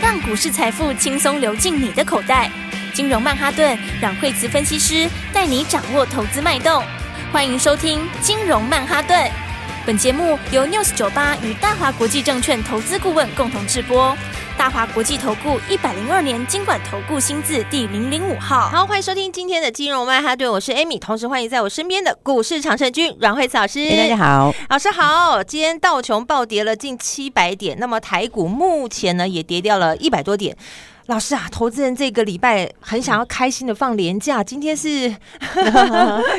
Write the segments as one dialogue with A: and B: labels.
A: 让股市财富轻松流进你的口袋。金融曼哈顿让惠慈分析师带你掌握投资脉动。欢迎收听《金融曼哈顿》，本节目由 News 九八与大华国际证券投资顾问共同制播。大华国际投顾一百零二年经管投顾新字第零零五号。
B: 好，欢迎收听今天的金融曼哈顿，我是 Amy，同时欢迎在我身边的股市常胜军阮慧慈老师、
C: 哎，大家 好，
B: 老师好，今天道琼暴跌了近七百点，那么台股目前呢也跌掉了一百多点。老师啊，投资人这个礼拜很想要开心的放年
C: 嗯
B: 假，今天是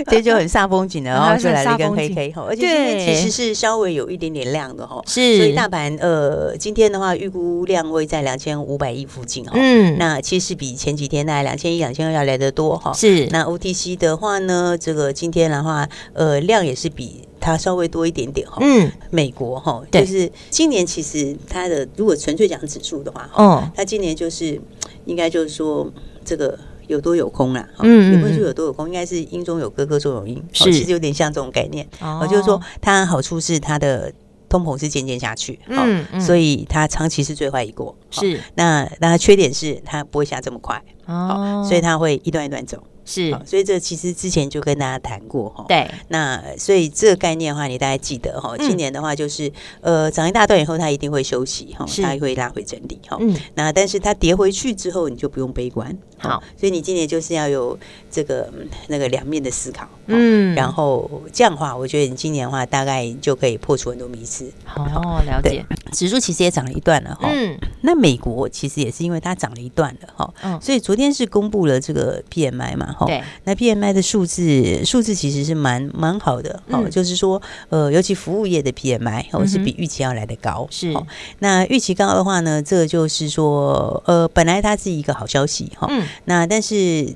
C: 这就很煞风 景了
B: 啊
C: 哦，就来了
B: 很
C: 一
B: 煞
C: 根
B: 风景
C: 黑 K 哈，而且今天
B: 对
C: 其实是稍微有一点点亮的哈，
B: 是
C: 所以大盘呃今天的话预估量位在两千五百亿附近哦，
B: 嗯
C: 那其实比前几天那两千一、两千二要来得多哈，
B: 是
C: 那 OTC 的话呢，这个今天的话呃量也是比它稍微多一点点哈，
B: 嗯
C: 美国哈，
B: 对
C: 就是今年其实它的如果纯粹讲指数的话，哦
B: 哦
C: 他今年就是应该就是说这个有多有空啦，哈
B: 嗯嗯
C: 也不是说有多有空，应该是音中有歌，歌中有音，哦
B: 是
C: 其实有点像这种概念。
B: 哦
C: 哦，就是说它好处是它的通膨是渐渐下去，哦
B: 嗯嗯
C: 所以它长期是最坏一国。哦
B: 是
C: 那那它缺点是它不会下这么快，
B: 哦
C: 哦，所以它会一段一段走。
B: 是
C: 哦所以这其实之前就跟大家谈过哈。哦
B: 对
C: 那所以这个概念的话，你大概记得哈。
B: 嗯
C: 今年的话就是，呃，涨一大段以后，它一定会休息哈，
B: 是
C: 它会拉回整理哈。哦
B: 嗯
C: 那但是它跌回去之后，你就不用悲观。
B: 好
C: 哦所以你今年就是要有这个嗯那个两面的思考。嗯，
B: 嗯，
C: 然后这样的话，我觉得你今年的话，大概就可以破除很多迷思。
B: 哦了解
C: 对指数其实也涨了一段了哈。
B: 嗯
C: 那美国其实也是因为它涨了一段了哈。
B: 嗯
C: 所以昨天是公布了这个 PMI 嘛哈。
B: 对
C: 那 PMI 的数字数字其实是蛮蛮好的哦，
B: 嗯
C: 就是说呃，尤其服务业的 PMI
B: 嗯
C: 哦
B: 哼
C: 是比预期要来的高，
B: 是
C: 哦那预期高的话呢，这就是说呃，本来它是一个好消息哈、哦
B: 嗯
C: 那但是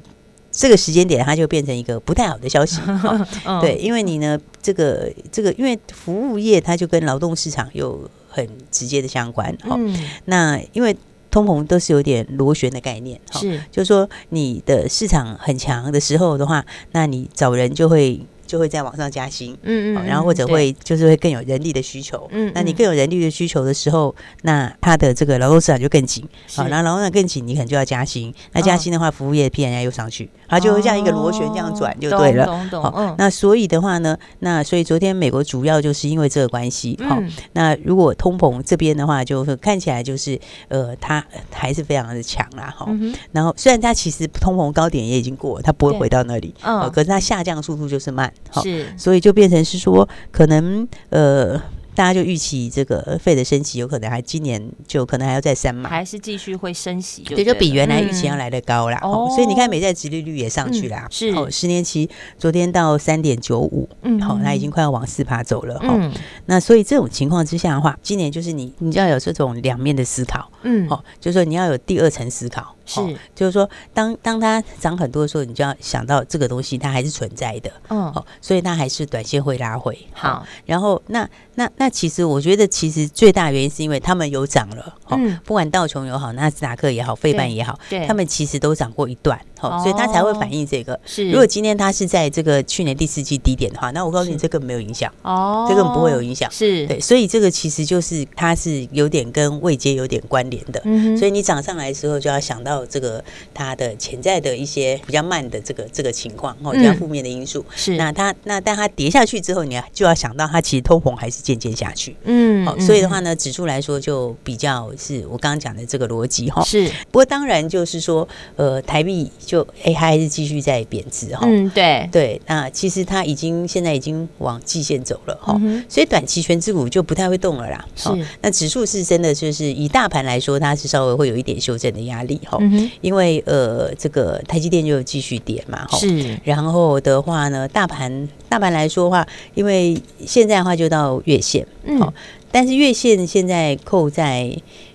C: 这个时间点它就变成一个不太好的 消息，哦
B: 嗯
C: 对，因为你呢这个这个因为服务业它就跟劳动市场有很直接的相关哈、哦
B: 嗯
C: 那因为通膨都是有点螺旋的概念哈。哦
B: 是
C: 就是说你的市场很强的时候的话，那你找人就会就会在往上加薪。
B: 嗯
C: 哦然后或者会就是会更有人力的需求，
B: 嗯
C: 那你
B: 嗯
C: 更有人力的需求的时候，那它的这个劳动市场就更紧，好，
B: 是
C: 然后劳动市场更紧，你可能就要加薪，那加
B: 嗯
C: 薪的话，服务业 P N I 又上去，它就会这样一个螺旋这样转就对了。
B: 懂懂
C: 好、
B: 懂嗯
C: 那所以的话呢，那所以昨天美国主要就是因为这个关系，好、
B: 嗯
C: 那如果通膨这边的话，就是看起来就是呃，它还是非常的强啦，哈、
B: 嗯哼
C: 然后虽然它其实通膨高点也已经过了，它不会回到那里，
B: 嗯
C: 呃可是它下降速度就是慢，好
B: 是
C: 所以就变成是说，可能呃，大家就预期这个费的升息有可能还今年就可能还要再三嘛。
B: 还是继续会升息就
C: 对，
B: 对，
C: 就比原来预期要。来的高啦，
B: 嗯
C: 哦
B: 哦
C: 所以你看美债殖利率也上去啦，
B: 嗯是
C: 哦，十年期昨天到三点九五，
B: 嗯
C: 好，它已经快要往四趴走了，哦，
B: 嗯
C: 那所以这种情况之下的话，今年就是你你就要有这种两面的思考，
B: 嗯，
C: 哦，就是说你要有第二层思考，
B: 是
C: 哦就是说当当它涨很多的时候，你就要想到这个东西它还是存在的，
B: 嗯，
C: 哦，所以它还是短线会拉回。哦，
B: 好，
C: 然后那那那其实我觉得其实最大原因是因为他们有涨了，哦，
B: 嗯
C: 不管道琼也好，纳斯达克也好，费半也好，
B: 对，
C: 他们其实都涨过一段，哦，所以它才会反映这个。
B: 是
C: 如果今天它是在这个去年第四季低点的话，那我告诉你，
B: 是
C: 这个没有影响，
B: 哦，
C: 这个不会有影响。
B: 是，
C: 对，所以这个其实就是它是有点跟位阶有点关联的。
B: 嗯哼，
C: 所
B: 以
C: 以你涨上来之后，就要想到这个它的潜在的一些比较慢的这个这个情况，哦，比较
B: 嗯
C: 负面的因素。
B: 是
C: 那它那但它跌下去之后，你就要想到它其实通膨还是渐渐下去。
B: 嗯
C: 好、
B: 嗯
C: 所以的话呢，指数来说就比较是我刚刚讲的这个逻辑哈。
B: 是，
C: 不过当然就是说，呃，台币就哎、它还是继续在贬值哈。
B: 嗯，对，
C: 对，那其实它已经现在已经往季线走了哈。
B: 嗯哼
C: 所以短期全指股就不太会动了啦。
B: 是
C: 哦那指数是真的就是以大盘来说，它是稍微会有一点修正的压力哈、哦
B: 嗯哼，
C: 因为呃，这个台积电就继续跌嘛哈、哦
B: 是，
C: 然后的话呢，大盘大盘来说的话，因为现在的话就到月线，
B: 嗯
C: 好但是月线现在扣在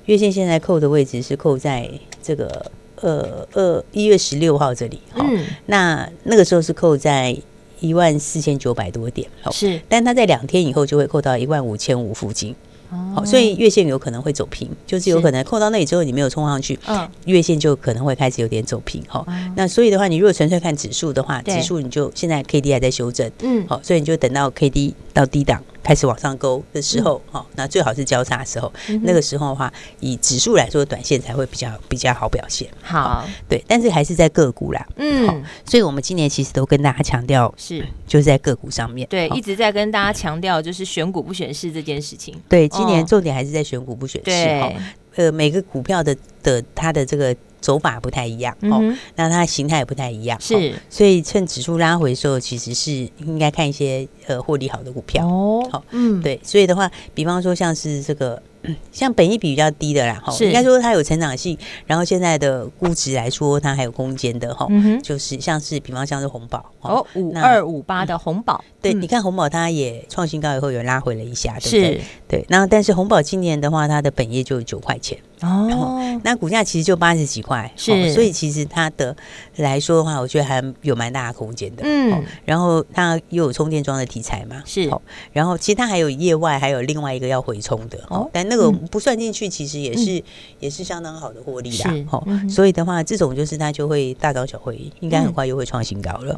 C: 月线现在扣的位置是扣在这个呃呃一月十六号这里，哦
B: 嗯，
C: 那那个时候是扣在一万四千九百多点，哦
B: 是，
C: 但它在两天以后就会扣到一万五千五附近，好、
B: 哦
C: 所以月线有可能会走平，就是有
B: 是
C: 可能扣到那里之后你没有冲上去，
B: 嗯，
C: 月线就可能会开始有点走平，哈、那所以的话，你如果纯粹看指数的话，
B: 哦对
C: 指数你就现在 K D 还在修正，
B: 嗯，
C: 好、所以你就等到 K D 到低档开始往上勾的时候，
B: 嗯
C: 哦，那最好是交叉的时候，那个时候的话，以指数来说，短线才会比较比较好表现。
B: 好，
C: 对，但是还是在个股啦。
B: 嗯，
C: 所以我们今年其实都跟大家强调，
B: 是
C: 就是在个股上面。
B: 对，
C: 哦
B: 一直在跟大家强调就是选股不选市这件事情。
C: 对，今年
B: 哦
C: 重点还是在选股不选市。
B: 对
C: 哦，呃，每个股票的的它的这个走法不太一样
B: 嗯
C: 哦，
B: 哼，
C: 那它的形态也不太一样。哦
B: 是
C: 所以趁指数拉回的时候，其实是应该看一些呃获利好的股票。
B: 哦
C: 好，
B: 嗯，
C: 对，所以的话，比方说像是这个， 嗯像本益比比较低的啦，哈，
B: 是
C: 应该说它有成长性，然后现在的估值来说，它还有空间的哈，
B: 嗯哼，
C: 就是像是比方像是红宝，
B: 哦，五
C: 那
B: 二五八的红宝，
C: 对，
B: 嗯
C: 你看红宝它也创新高以后有拉回了一下，对不
B: 是
C: 对？对，那但是红宝今年的话，它的本业就九块钱，
B: 哦，
C: 那股价其实就八十几块，
B: 是
C: 哦所以其实它的来说的话，我觉得还有蛮大的空间的，
B: 嗯，
C: 哦然后它又有充电桩的题材嘛，
B: 是
C: 好然后其实它还有业外，还有另外一个要回充的，
B: 哦
C: 哦，但那个
B: 嗯
C: 不算进去，其实也是、也是相当好的获利啦
B: 是，
C: 好、
B: 嗯哼
C: 所以的话，这种就是它就会大涨小回，应该
B: 嗯
C: 很快又会创新高了。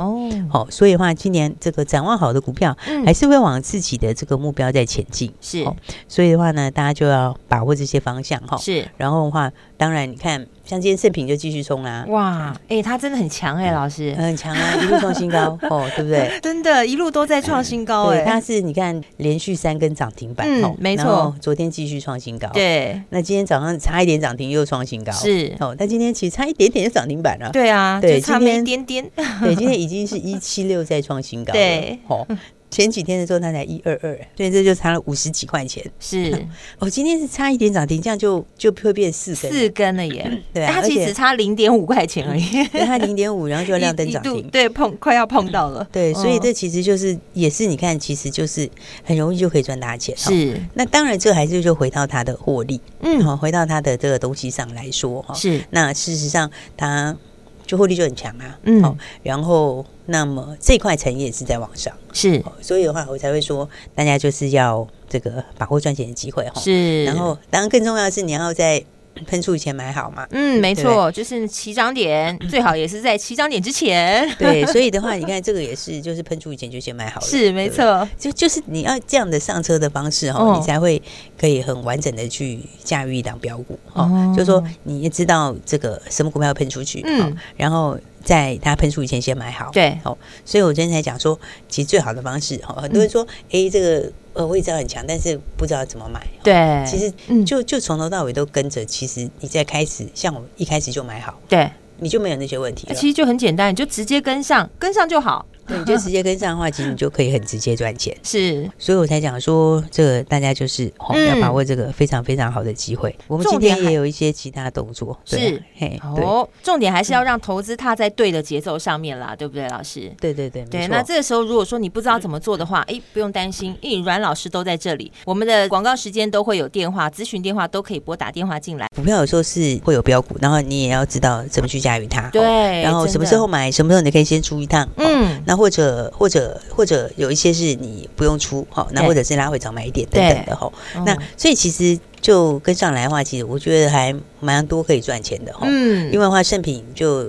C: 好、
B: 哦，
C: 所以的话，今年这个展望好的股票，
B: 嗯
C: 还是会往自己的这个目标在前进。
B: 是
C: 好所以的话呢，大家就要把握这些方向哈。
B: 是。
C: 然后的话，当然你看，像今天盛品就继续冲啦、
B: 哇，哎，他真的很强哎，老师，
C: 很强啊，一路创新高哦，对不嗯对？
B: 真的，一路都在创新高
C: 对，它
B: 哎，
C: 是你看连续三根涨停板，
B: 嗯
C: 哦
B: 没错，
C: 然后昨天继续创新高，。
B: 对，
C: 那今天早上差一点涨停又创新高，
B: 是
C: 哦。但今天其实差一点点就涨停板了、
B: 对啊，
C: 对
B: 就差
C: 今
B: 没一
C: 天
B: 点 点，
C: 对，今天已经是一七六在创新高了，
B: 对嗯
C: 哦。前几天的时候它才一二二，所以这就差了五十几块钱。
B: 是
C: 哦，今天是差一点涨停，这样就就会变四根，
B: 四根了耶，
C: 对啊
B: 它其
C: 而且嗯
B: 实差零点五块钱而已，
C: 对它零点五，然后就亮灯
B: 一
C: 涨
B: 一度
C: 停。
B: 对，碰快要碰到了，
C: 对，所以
B: 嗯
C: 这其实就是也是你看，其实就是很容易就可以赚大钱。哦
B: 是，
C: 那当然，这还是就回到它的获利，
B: 嗯
C: 好，回到它的这个东西上来说哈。
B: 是，
C: 那事实上，它就获利就很强啊，
B: 嗯
C: 好，然后那么这块产业也是在哦往上，
B: 是
C: 好所以的话，我才会说大家就是要这个把握赚钱的机会哈。，
B: 是，
C: 然后当然更重要的是你要在喷出以前买好嘛。
B: 嗯，没
C: 对不对
B: 错，就是起涨点最好也是在起涨点之前，
C: 对， 所以的话，你看这个也是，就是喷出以前就先买好 了，
B: 是没
C: 对不对
B: 错，
C: 就就是你要这样的上车的方式
B: 哦
C: 哦，你才会可以很完整的去驾驭一档标股
B: 哦
C: 哦。就说你也知道这个什么股票喷出去，
B: 嗯
C: 嗯，然后在它喷出以前先买好，
B: 对
C: 哦。所以我今天才讲说，其实最好的方式哦，很多人
B: 嗯
C: 说，诶，这个呃我也知道很强，但是不知道怎么买。哦
B: 对，
C: 其实
B: 嗯
C: 就就从头到尾都跟着，其实你在开始，像我一开始就买好，
B: 对，
C: 你就没有那些问题了。
B: 其实就很简单，你就直接跟上，跟上就好，
C: 对你就直接跟上的话，其实你就可以很直接赚钱。
B: 是
C: 所以我才讲说，这个大家就是、哦
B: 嗯
C: 要把握这个非常非常好的机会。我们今
B: 重点
C: 天
B: 还
C: 也有一些其他动作，对
B: 是
C: 啊嘿，对嗯
B: 哦，重点还是要让投资踏在对的节奏上面啦，对不对，老师？
C: 对对对，
B: 对，
C: 没
B: 那
C: 错
B: 这个时候如果说你不知道怎么做的话，哎，不用担心，因为阮老师都在这里，我们的广告时间都会有电话，咨询电话都可以拨打电话进来。
C: 股票有时候是会有标股，然后你也要知道怎么去驾驭它，哦
B: 对
C: 然后
B: 真
C: 什么
B: 的
C: 时候买，什么时候你可以先出一趟，嗯。
B: 嗯，
C: 那或者或者或者有一些是你不用出哈，哦那
B: 对
C: 或者是拉回早买一点等
B: 对
C: 等的哈。哦那所以其实就跟上来的话，其实我觉得还蛮多可以赚钱的哈。哦
B: 嗯，
C: 因为的话，盛品就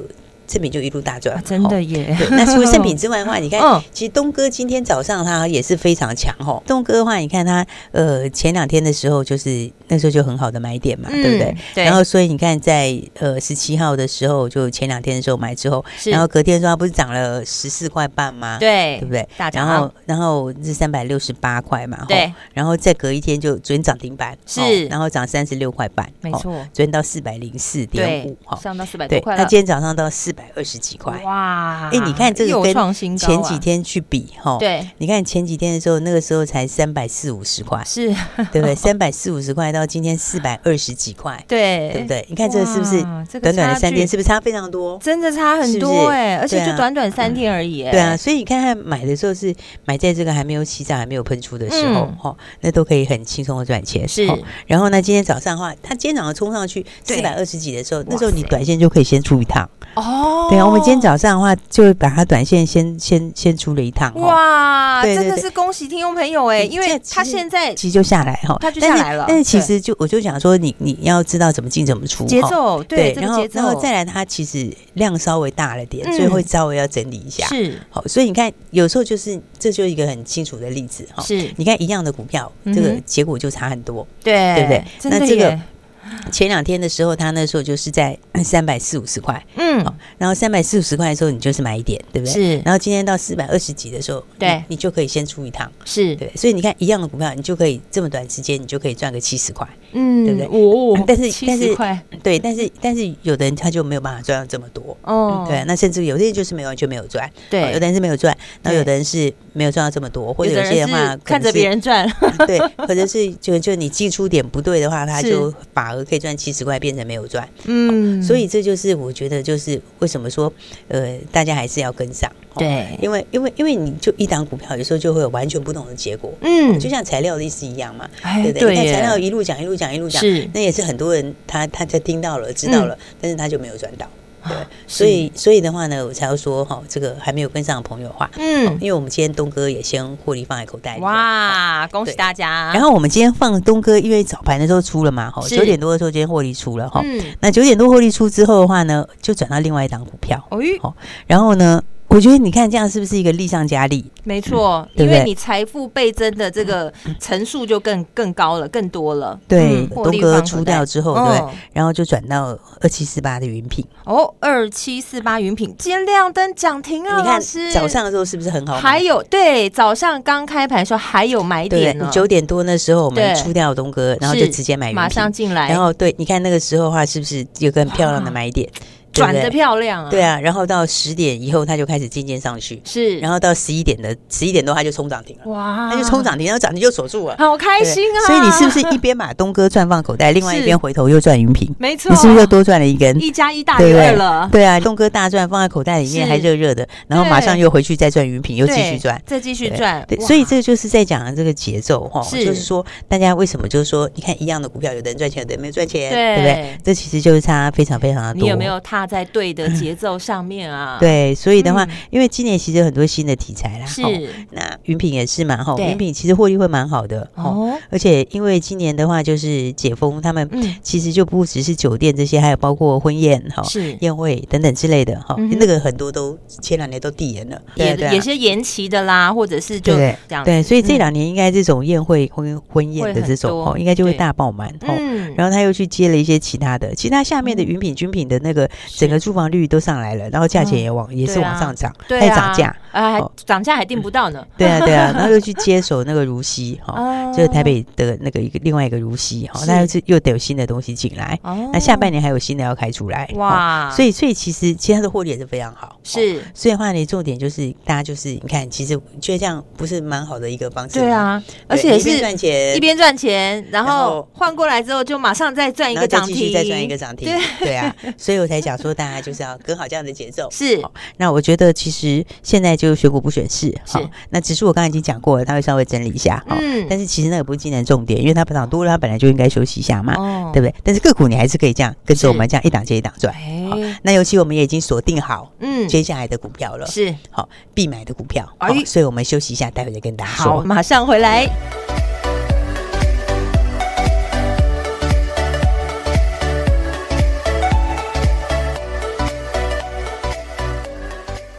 C: 盛品就一路大赚
B: 啊
C: 嘛，
B: 真
C: 哦
B: 的耶，
C: 对，那除了盛品之外的话，你看，
B: 嗯
C: 其实东哥今天早上他也是非常强吼。东哥的话，你看他呃前两天的时候，就是那时候就很好的买点嘛，对不对
B: 嗯？对
C: 然后所以你看在呃十七号的时候，就前两天的时候买之后，
B: 是
C: 然后隔天的时候它不是涨了十四块半吗？。
B: 对
C: 对不对？
B: 大涨
C: 然后，然后是三百六十八块嘛，吼
B: 对。
C: 然后再隔一天就昨天涨停板，
B: 是
C: 吼然后涨三十六块半，
B: 没
C: 吼
B: 错
C: 昨天到四百零四点
B: 对
C: 五，哈，
B: 上到四百多
C: 对。
B: 块
C: 那
B: 了，
C: 今天早上到四百二十几块，
B: 哇！
C: 哎你看这个
B: 又
C: 跟
B: 创新高、啊
C: 前几、天哦去比哈，吼
B: 对，
C: 你看前几天的时候，那个时候才三百四五十块
B: 是，
C: 对不对？三百四五十块到今天四百二十几块，
B: 对
C: 对不？对？你看这个是不是
B: 哇这个
C: 短短
B: 差
C: 的三天，
B: 距
C: 是不是差非常多？
B: 真的差很
C: 是不
B: 多
C: 是
B: 哎、而且
C: 对啊
B: 就短短三天而已、哎
C: 对啊，，所以你看，它买的时候是买在这个还没有起涨、还没有喷出的时候，
B: 嗯
C: 哈、那都可以很轻松的赚钱。
B: 是
C: 吼然后呢，今天早上的话，它今天早上冲上去
B: 对
C: 四百二十几的时候，
B: 塞
C: 那时候你短线就可以先出一趟，
B: 哦，哦
C: 对啊，我们今天早上的话，就把它短线先先先出了一趟、哦，，
B: 哇，
C: 对对
B: 真的
C: 对
B: 是恭喜听众朋友哎，
C: 对
B: 因为
C: 这其实
B: 他现在
C: 其实就下来哈、哦，
B: 它就
C: 但是
B: 下来了
C: 但是其
B: 对
C: 实就我就想说你，你要知道怎么进怎么出
B: 节
C: 哦
B: 奏对这
C: 然
B: 个
C: 后
B: 节
C: 然后
B: 奏
C: 再来，它其实量稍微大了点，所以
B: 嗯
C: 会稍微要整理一下。
B: 是
C: 好，所以你看，有时候就是这就是一个很清楚的例子哈。
B: 是，
C: 你看一样的股票，这
B: 嗯
C: 个
B: 哼
C: 结果就差很多。
B: 对
C: 对不对
B: 真的
C: 那这个
B: 耶嗯
C: 前两天的时候，它那时候就是在 三百四五十块，
B: 嗯
C: 然后三百四五十块的时候，你就是买一点，对不对？
B: 是
C: 然后今天到四百二十几的时候，你
B: 对
C: 你就可以先出一趟，
B: 是
C: 对不对。所以你看，一样的股票，你就可以这么短时间，你就可以赚个七十块，
B: 嗯
C: 对不对
B: 哦
C: 但是但
B: 70
C: 是
B: 块
C: 对。但是但是有的人他就没有办法赚到这么多，
B: 哦
C: 对。啊那甚至有些人就是没有完全没有赚，嗯哦有
B: 对
C: 的人是没有赚，那
B: 对
C: 有的人是没有赚到这么多，或者
B: 的
C: 有
B: 人
C: 些人的话
B: 是看着别人 赚，
C: 人对，或者是就就你进出点不对的话，他
B: 是
C: 就反而可以赚七十块，变成没有赚。
B: 嗯
C: 所以这就是我觉得就是为什么说呃，大家还是要跟上，哦，
B: 对
C: 因为因为因为你就一档股票有时候就会有完全不同的结果，
B: 嗯
C: 就像材料的意思一样嘛，
B: 哎
C: 对不对？你看材料
B: 耶
C: 一路讲一路讲一路讲，
B: 是
C: 那也是很多人他他他听到了知道了，但是他就没有赚到。对，
B: 嗯是
C: 所以所以的话呢，我才要说哈、这个还没有跟上的朋友的话，
B: 嗯
C: 因为我们今天东哥也先获利放在口袋里。哇！
B: 哇，恭喜
C: 嗯对
B: 大家，
C: 然后我们今天放东哥，因为早盘的时候出了嘛，哈，
B: 是
C: 九点多的时候今天获利出了哈。
B: 嗯
C: 那九点多获利出之后的话呢，就转到另外一档股票。
B: 哦
C: 然后呢，我觉得你看这样是不是一个利上加利？
B: 没错，
C: 嗯对
B: 因
C: 不
B: 为
C: 对嗯
B: 你财富倍增的这个层数就更更高了，更多了。
C: 对，
B: 嗯
C: 东哥出掉之后，对不对，
B: 哦
C: 然后就转到二七四八的云品。
B: 哦，二七四八云品今天亮灯涨停啊，
C: 你看
B: 老师
C: 早上的时候是不是很好买？
B: 还有对早上刚开盘的时候还有买
C: 对
B: 点
C: 不
B: 呢
C: 对，，九点多那时候我们
B: 对
C: 出掉东哥，然后就是直接买云
B: 马上
C: 品。
B: 进来，
C: 然后对，你看那个时候的话，是不是有个很漂亮的买点？对不
B: 转
C: 对
B: 的漂亮啊，
C: 对，啊，然后到十点以后，它就开始渐渐上去，
B: 是，
C: 然
B: 后
C: 后到十一点的十一点多，它就冲涨停了，
B: 哇，
C: 它就冲，涨停，然后涨停就锁住了，
B: 好开心啊！
C: 对所以你是不是一边把东哥赚 放口袋，另外一边回头又赚云平？
B: 没错？
C: 你是不是又多赚了一根？
B: 一加一大于
C: 对不
B: 二
C: 对
B: 了？
C: 对啊，东哥大赚放在口袋里面
B: 是
C: 还热热的，然后
B: 对
C: 马上又回去再赚云平，又继续
B: 对
C: 赚。
B: 再继续
C: 对
B: 赚
C: 对，
B: 哇
C: 所以这就是在讲的这个节奏哈，
B: 是
C: 就是说大家为什么就是说，你看一样的股票，有的人赚钱，有的人没有赚钱，
B: 对
C: 不对？这其实就是差非常非常的多。嗯
B: 你有没有踏在对的节奏上面啊？，
C: 对，啊所以的话，
B: 嗯
C: 因为今年其实有很多新的题材啦，
B: 是
C: 吼那云品也是嘛，吼，
B: 对
C: 云品其实获利会蛮好的，哦，
B: 哦，
C: 而且因为今年的话就是解封，他们
B: 嗯，
C: 其实就不只是酒店这些，还有包括婚宴，哈，
B: 是
C: 宴会等等之类的，哈
B: 嗯，哼
C: 那个很多都前两年都递延了，
B: 也
C: 对啊
B: 也。是延期的啦，或者是就
C: 对
B: 这
C: 对
B: 样
C: 对，所以这
B: 嗯
C: 两年应该这种宴会、婚婚宴的这种
B: 会很多
C: 哦，应该就会
B: 对
C: 大爆满哦。
B: 嗯，
C: 然后他又去接了一些其他的，其他下面的云品、军品的那个整个住房率都上来了，然后价钱
B: 嗯
C: 也往也是
B: 对
C: 往
B: 啊
C: 上涨，
B: 对
C: 在
B: 啊
C: 涨价。
B: 啊，还
C: 哦
B: 涨价还订不到呢，
C: 对啊，对啊，然后又去接手那个如溪哈，
B: 啊
C: 就是台北的那个一个另外一个如溪哈，
B: 是
C: 那又是又得有新的东西进来，
B: 哦
C: 那下半年还有新的要开出来哦
B: 哇，
C: 所
B: 以
C: 以所以其实其他的获利也是非常好，哦
B: 是
C: 所以的话呢，重点就是大家就是你看，其实我觉得这样不是蛮好的一个方式吗，
B: 对啊，
C: 对，
B: 而且
C: 一边
B: 是
C: 赚钱
B: 一。边赚钱，然
C: 然
B: 后
C: 后
B: 换过来之后就马上再赚一个
C: 然后再
B: 涨
C: 继续
B: 停，
C: 再赚一个涨停
B: 对，
C: 对 啊，所以我才想说，大家就是要跟好这样的节奏。
B: 是
C: 好那我觉得其实现在就选股不选市，
B: 是
C: 好那指数我刚才已经讲过了，它会稍微整理一下，好
B: 嗯
C: 但是其实那个不是今年重点，因为它涨多了，它本来就应该休息一下嘛，
B: 哦
C: 对不对？但是个股你还是可以这样跟
B: 是
C: 着我们这样一档接一档赚。好
B: 哎，
C: 那尤其我们也已经锁定好
B: 嗯，
C: 接下来的股票了，
B: 是
C: 好必买的股票，
B: 哎
C: 好，所以我们休息一下，待会再跟大家
B: 好，嗯
C: 说。
B: 马上回来。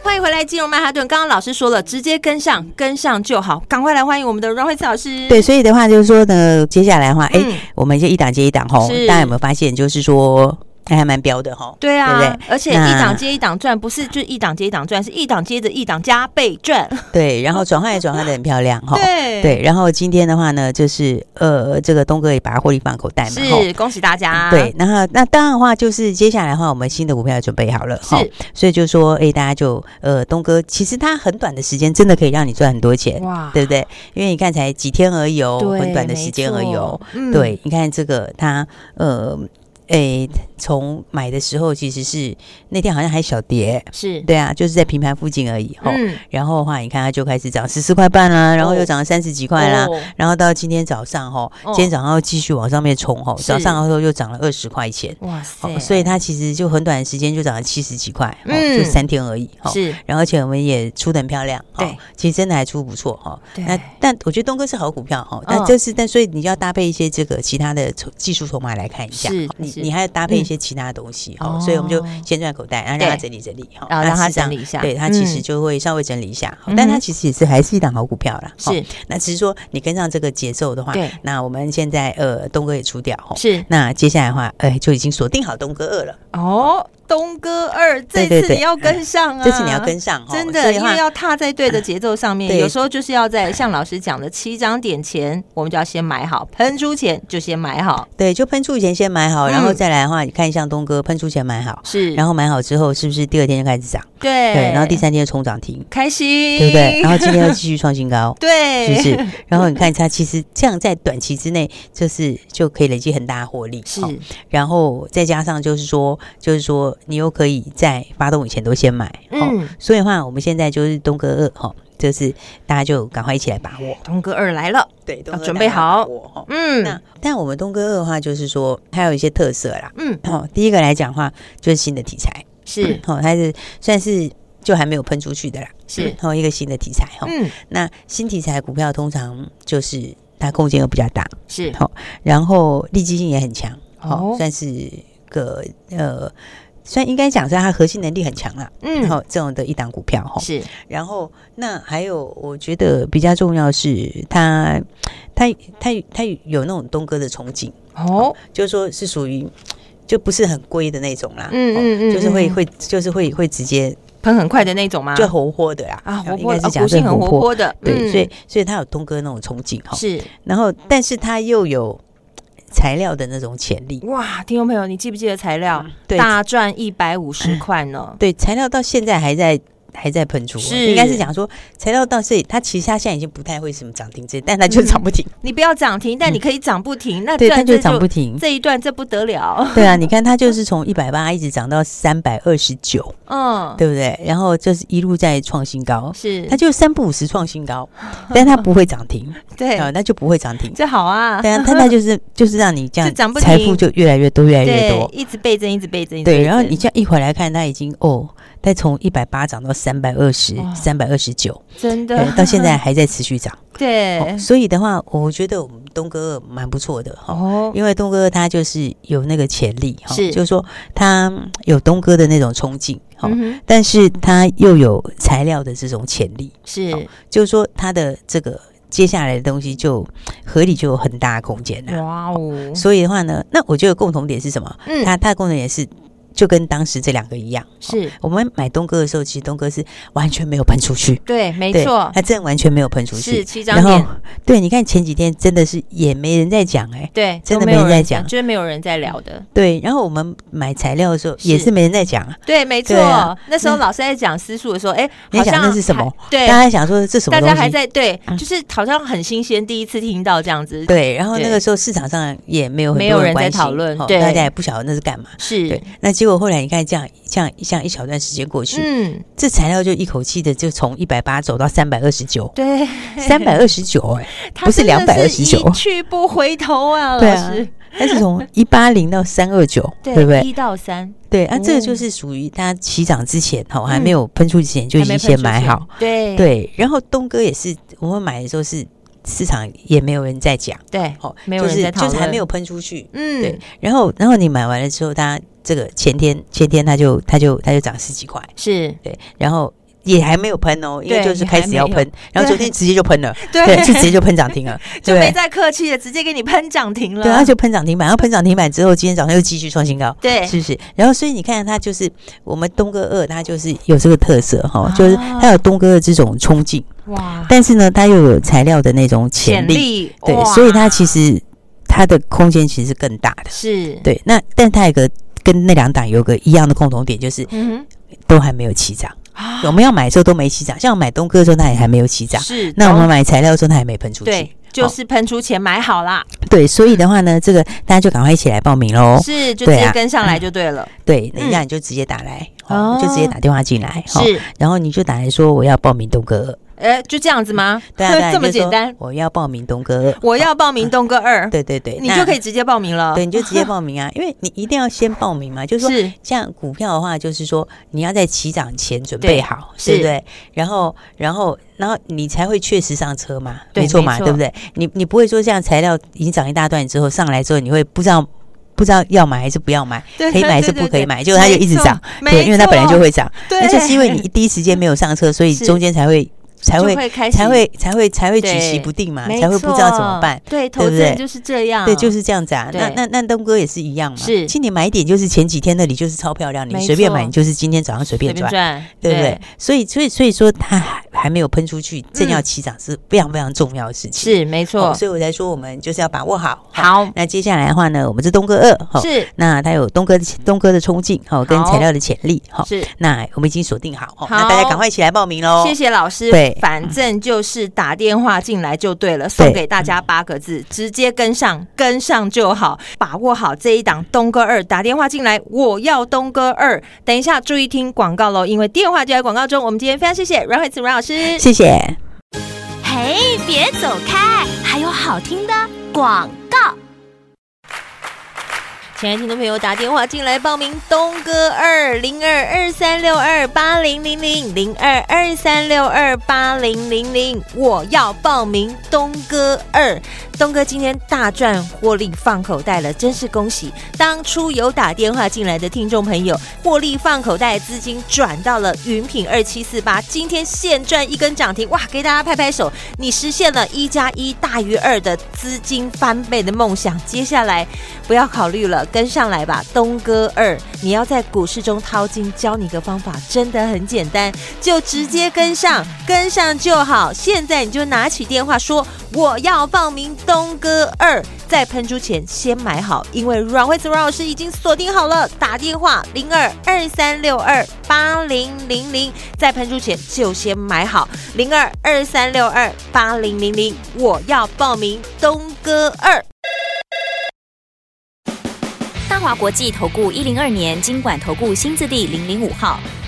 B: 欢迎回来，金融曼哈顿。刚刚老师说了，直接跟上，跟上就好。赶快来欢迎我们的阮慧慈老师。
C: 对，，所以的话就是说呢，接下来的话，哎、
B: 嗯
C: 我们就一档接一档吼
B: 是，
C: 大家有没有发现，就是说哎还蛮标的吼，
B: 对啊，
C: 对不对
B: 而且
C: 那
B: 一档接一档赚，不是就一档接一档赚，是一档接着一档加倍 赚。
C: 对，然后转换也转换的很漂亮吼。
B: 对，
C: 对，然后今天的话呢，就是呃，这个东哥也把它获利放口袋嘛，吼
B: 是啊恭喜大家。
C: 对，，然后那当然的话，就是接下来的话，我们新的股票也准备好了
B: 是
C: 哈，所以就说，哎，大家就呃，东哥，其实它很短的时间，真的可以让你赚很多钱，
B: 哇，
C: 对不对？因为你看才几天而已哦，
B: 对，
C: 很短的时间而已哦。
B: 没错，嗯
C: 对，你看这个它呃，诶，从买的时候其实是那天好像还小跌，
B: 是，
C: 对啊，就是在平盘附近而已。吼、
B: 嗯，
C: 然后的话，你看它就开始涨十四块半啦，然后又涨了三十几块啦，
B: 哦
C: 然后到今天早上吼，
B: 哦
C: 今天早上又继续往上面冲吼，
B: 是
C: 早上的时候又涨了二十块钱。
B: 哇
C: 哦
B: 塞，
C: 所以它其实就很短的时间就涨了七十几块，哦
B: 嗯
C: 就三天而已。哦
B: 是
C: 然后而且我们也出的很漂亮，
B: 对
C: 哦，其实真的还出不错哦。
B: 对
C: 那但我觉得东哥是好股票哈，哦
B: 嗯
C: 那这是但所以你就要搭配一些这个其他的筹技术筹码来看一下，
B: 是
C: 你
B: 是
C: 你还要搭配一些其他的东西
B: 哦
C: 哦，所以我们就先赚口袋，然后让它
B: 对
C: 整理整理哈
B: 然哦后让它整
C: 理
B: 理一下，
C: 对它其实
B: 嗯
C: 就会稍微整理一下，
B: 嗯哼
C: 哦但它其实也是还是一档好股票啦。哦
B: 是，
C: 那只是说你跟上这个节奏的话
B: 对，
C: 那我们现在呃东哥也出掉哈，哦
B: 是
C: 那接下来的话，呃就已经锁定好东哥二了，
B: 哦，东哥二这
C: 对对
B: 次
C: 对
B: 你要跟上啊，
C: 这次你要跟上哈，
B: 真
C: 所
B: 的，
C: 以
B: 因
C: 话
B: 为要踏在对的节奏上面，
C: 对
B: 有时候就是要在像老师讲的七张点前，我们就要先买好，喷出前就先买好，
C: 对，就喷出以前先买好，
B: 嗯
C: 然后再来的话，你看像东哥喷出前买好，
B: 是，
C: 然
B: 后
C: 后买好之后是不是第二天就开始涨？
B: 对，
C: 对，然后第三天就冲涨停，
B: 开心，。
C: 对不对？然后今天又继续创新高
B: 对，
C: 是不是？然后你看它其实这样在短期之内，就是就可以累积很大的获利。
B: 是
C: 哦然后再加上就是说，就是说你又可以在发动以前都先买。哦，
B: 嗯，
C: 所以的话，我们现在就是东哥二哈、哦，就是大家就赶快一起来把握。
B: 东哥二来了，
C: 对，
B: 东哥准备好
C: 哦那
B: 嗯
C: 但我们东哥二的话，就是说还有一些特色啦。
B: 嗯，
C: 哦，第一个来讲的话，就是新的题材，
B: 是
C: 哦，它是算是就还没有喷出去的啦，
B: 是，
C: 哦，一个新的题材哈、哦。
B: 嗯
C: 那新题材股票通常就是它空间又比较大，
B: 是
C: 然后利基性也很强，
B: 哦
C: 哦，算嗯是个呃，算应该讲是它核心能力很强啦，然
B: 嗯
C: 后这种的一档股票哈、哦。
B: 是
C: 然后那还有，我觉得比较重要是它，它它它有那种东哥的憧憬。
B: 哦
C: 就是说是属于就不是很龟的那种啦，
B: 嗯嗯嗯
C: 哦就是会
B: 嗯
C: 会就是会会直接
B: 喷很快的那种吗？
C: 就活泼的啦，
B: 啊活
C: 应
B: 泼
C: 该是
B: 的，
C: 讲
B: 股
C: 是
B: 性很活泼的，
C: 对，
B: 嗯
C: 所以所以他有东哥那种憧憬哈，
B: 是
C: 然后但是他又有材料的那种潜力，
B: 哇，听众朋友，你记不记得材料嗯
C: 对
B: 大赚一百五十块呢？
C: 对，材料到现在还在。还在喷出，啊
B: 是
C: 应该是讲说材料到这里，它其实它现在已经不太会什么涨停之类，但它就涨不停，
B: 你不要涨停，但你可以涨不停，那
C: 嗯对，
B: 嗯
C: 它
B: 赚
C: 就
B: 这
C: 涨不停。
B: 这一段这不得了，
C: 对啊，你看它就是从一百八一直涨到三百二十九，
B: 嗯，
C: 对不对？然后就是一路在创新高，
B: 是，
C: 它就三不五十创 新高，但它不会涨停，
B: 对，
C: 啊，那就不会涨停。
B: 这好啊，
C: 对啊，但它就是就是让你这样
B: 就涨不停
C: 财富就越来越多，越来
B: 对
C: 越多，。
B: 一直倍增，一直倍增，一直倍
C: 对，
B: 增
C: 然后你这样一回来看，它已经哦，它从一百八涨到三百二十
B: 哇、
C: 三百二十九，
B: 真
C: 对
B: 的，
C: 到现在还在持续涨。
B: 对
C: 哦，所以的话，我觉得我们东哥蛮不错的哈，
B: 哦，
C: 因为东哥他就是有那个潜力哈，
B: 是
C: 就是说他嗯有东哥的那种冲劲哈，
B: 嗯哼，
C: 但是他又有材料的这种潜力。
B: 是
C: 就是说它的这个接下来的东西就合理就有很大的空间了。
B: 哇哦，
C: 所以的话呢，那我觉得共同点是什么？
B: 嗯，
C: 它它的共同点是。就跟当时这两个一样，
B: 是
C: 我们买东哥的时候，其实东哥是完全没有喷出去，
B: 对，没
C: 对
B: 错，
C: 它真的完全没有喷出
B: 是
C: 去。
B: 七张
C: 然后
B: 脸，，
C: 对，你看前几天真的是也没人在讲哎、
B: 对，
C: 真的
B: 都
C: 没人在
B: 讲
C: 讲嗯
B: 就是没有人在聊的，
C: 对。然后我们买材料的时候
B: 是
C: 也是没人在讲啊，
B: 对，没错
C: 对啊。
B: 那时候老师在讲私塾的时候，哎，
C: 你
B: 好
C: 在讲
B: 像
C: 那是什么
B: 还？对
C: 大，家想说这什么
B: 大
C: 东西？
B: 家还在对，
C: 嗯
B: 就是好像很新鲜，第一次听到这样子，，
C: 对。然后
B: 对
C: 那个时候市场上也没有很
B: 没
C: 多
B: 有人在
C: 关心
B: 讨论
C: 哦
B: 对
C: 大家也不晓得那是干嘛。
B: 是
C: 对，，那结果后来你看这样，这样这样一小段时间过去，
B: 嗯，
C: 这材料就一口气的就从一百八走到三百二十 九，
B: 对，
C: 三百二十九 哎，
B: 他
C: 不是
B: 真的
C: 229
B: 一去不回头啊，
C: 对
B: 老
C: 啊
B: 师，
C: 但 是从一八零到三二九，对不对？
B: 一到三
C: 对，啊，这
B: 哦嗯
C: 个就是属于它起涨之前哈，还没有喷出之前就已
B: 还没
C: 经
B: 喷
C: 先
B: 出
C: 买
B: 去
C: 好，，
B: 对
C: 对。然后东哥也是，我们买的时候是市场也没有人在讲，
B: 对，
C: 哦，
B: 没有
C: 就
B: 人
C: 是
B: 在讨
C: 就
B: 论，
C: 是还没有喷出去，
B: 嗯，
C: 对。然后然后你买完了之后，它这个前天前天它就它就它就涨十几块。
B: 是，
C: 对，然后也还没有喷哦，因为
B: 对
C: 就是开始要
B: 也还
C: 喷，然后昨天直接就喷了，
B: 对
C: 就直接就喷涨停了，
B: 就
C: 对不
B: 没
C: 对？
B: 再客气了，直接给你喷涨停了，
C: 对，它就喷涨停板，然后喷涨停板之后，今天早上又继续创新高，
B: 对
C: 是不是？然后所以你看，它就是我们东哥二，它就是有这个特色哈、
B: 啊
C: 就是它有东哥二这种冲劲，
B: 哇，
C: 但是呢，它又有材料的那种潜力，
B: 力
C: 对，
B: 哇
C: 所以它其实它的空间其实是更大的，
B: 是，
C: 对。那但它有个跟那两档有个一样的共同点，就是
B: 嗯啊
C: 都还没有起涨。
B: 哼，
C: 我们要买的时候都没起涨，像我买东哥的时候，它也还没有起涨。
B: 是，
C: 那我
B: 懂
C: 们买材料的时候，它还没喷出去
B: 对。就是喷出钱买好啦，
C: 对，所以的话呢，这个大家就赶快一起来报名喽。
B: 是就直
C: 对
B: 接
C: 啊
B: 跟上来就对了，
C: 对，
B: 嗯
C: 那你就直接打来，
B: 哦
C: 哦，你就直接打电话进来，哦，
B: 是，
C: 然后你就打来说我要报名东哥，
B: 哎，就这样子吗？
C: 对啊，对啊
B: 这么
C: 你就
B: 简
C: 说
B: 单，
C: 我要报名东哥，
B: 我要报名东哥二，
C: 对对对，
B: 你
C: 那
B: 就可以直接报名了，
C: 对，你就直接报名啊，因为你一定要先报名嘛，就是说。
B: 是
C: 像股票的话，就是说你要在起涨前准
B: 对
C: 备好，对
B: 是
C: 不对？然后，然后，然后你才会确实上车嘛，
B: 对
C: 没错
B: 没
C: 嘛，
B: 错
C: 对不对？你你不会说像材料已经涨一大段之后上来之后，你会不知道不知道要买还是不要买，
B: 对
C: 可以买还是
B: 对对
C: 不可以
B: 对
C: 买，结果它就一直涨，
B: 没错
C: 对，因为它本来就，会涨，
B: 没错
C: 那
B: 对，
C: 就是因为你第一时间没有上车，所 以
B: 是
C: 中间才会才
B: 就
C: 会
B: 会开始
C: 才会才会才会举
B: 对
C: 棋不定嘛，
B: 没
C: 才会不知道怎么
B: 错
C: 办。
B: 对，投
C: 对不
B: 资人
C: 对
B: 就是这样，
C: 对，就是这样子啊。
B: 对
C: 那那那东哥也是一样嘛。
B: 是
C: 今年买点就是前几天那里就是超漂亮，你
B: 没
C: 随便买，
B: 错
C: 你就是今天早上随
B: 随
C: 便
B: 便
C: 赚，
B: 赚，
C: 对不对？所以所以所以说，它还还没有喷出去，正要
B: 嗯
C: 起涨是非常非常重要的事情。
B: 是没
C: 哦
B: 错，
C: 所以我才说我们就是要把握好。哦
B: 好
C: 那接下来的话呢，我们是东哥二，哦
B: 是
C: 那它有东哥的东哥的冲劲，好，跟
B: 好
C: 材料的潜力，好，
B: 是。
C: 那我们已经锁定好，哦
B: 好
C: 那大家赶快起来报名喽。
B: 谢谢老师。
C: 哦对
B: 反正就是打电话进来就对了，送给大家八个字：直接跟上，跟上就好，把握好这一档东哥二。打电话进来，我要东哥二。等一下注意听广告喽，因为电话就在广告中。我们今天非常谢谢阮慧慈阮老师，
C: 谢谢。
A: 嘿，别走开，还有好听的广告。
B: 亲爱的听众朋友，打电话进来报名东哥二零二二三六二八零零零零二二三六二八零零零，我要报名东哥二。东哥今天大赚获利放口袋了，真是恭喜！当初有打电话进来的听众朋友，获利放口袋的资金转到了云品二七四八，今天现赚一根涨停，哇！给大家拍拍手，你实现了一加一大于二的资金翻倍的梦想。接下来不要考虑了，跟上来吧，东哥二！你要在股市中淘金，教你个方法，真的很简单，就直接跟上，跟上就好。现在你就拿起电话说我要报名东哥二，在喷出前先买好，因为阮惠子阮老师已经锁定好了，打电话零二二三六二八零零零，在喷出前就先买好零二二三六二八零零零，我要报名东哥二。
A: 大华国际投顾一零二年经管投顾新字第零零五号。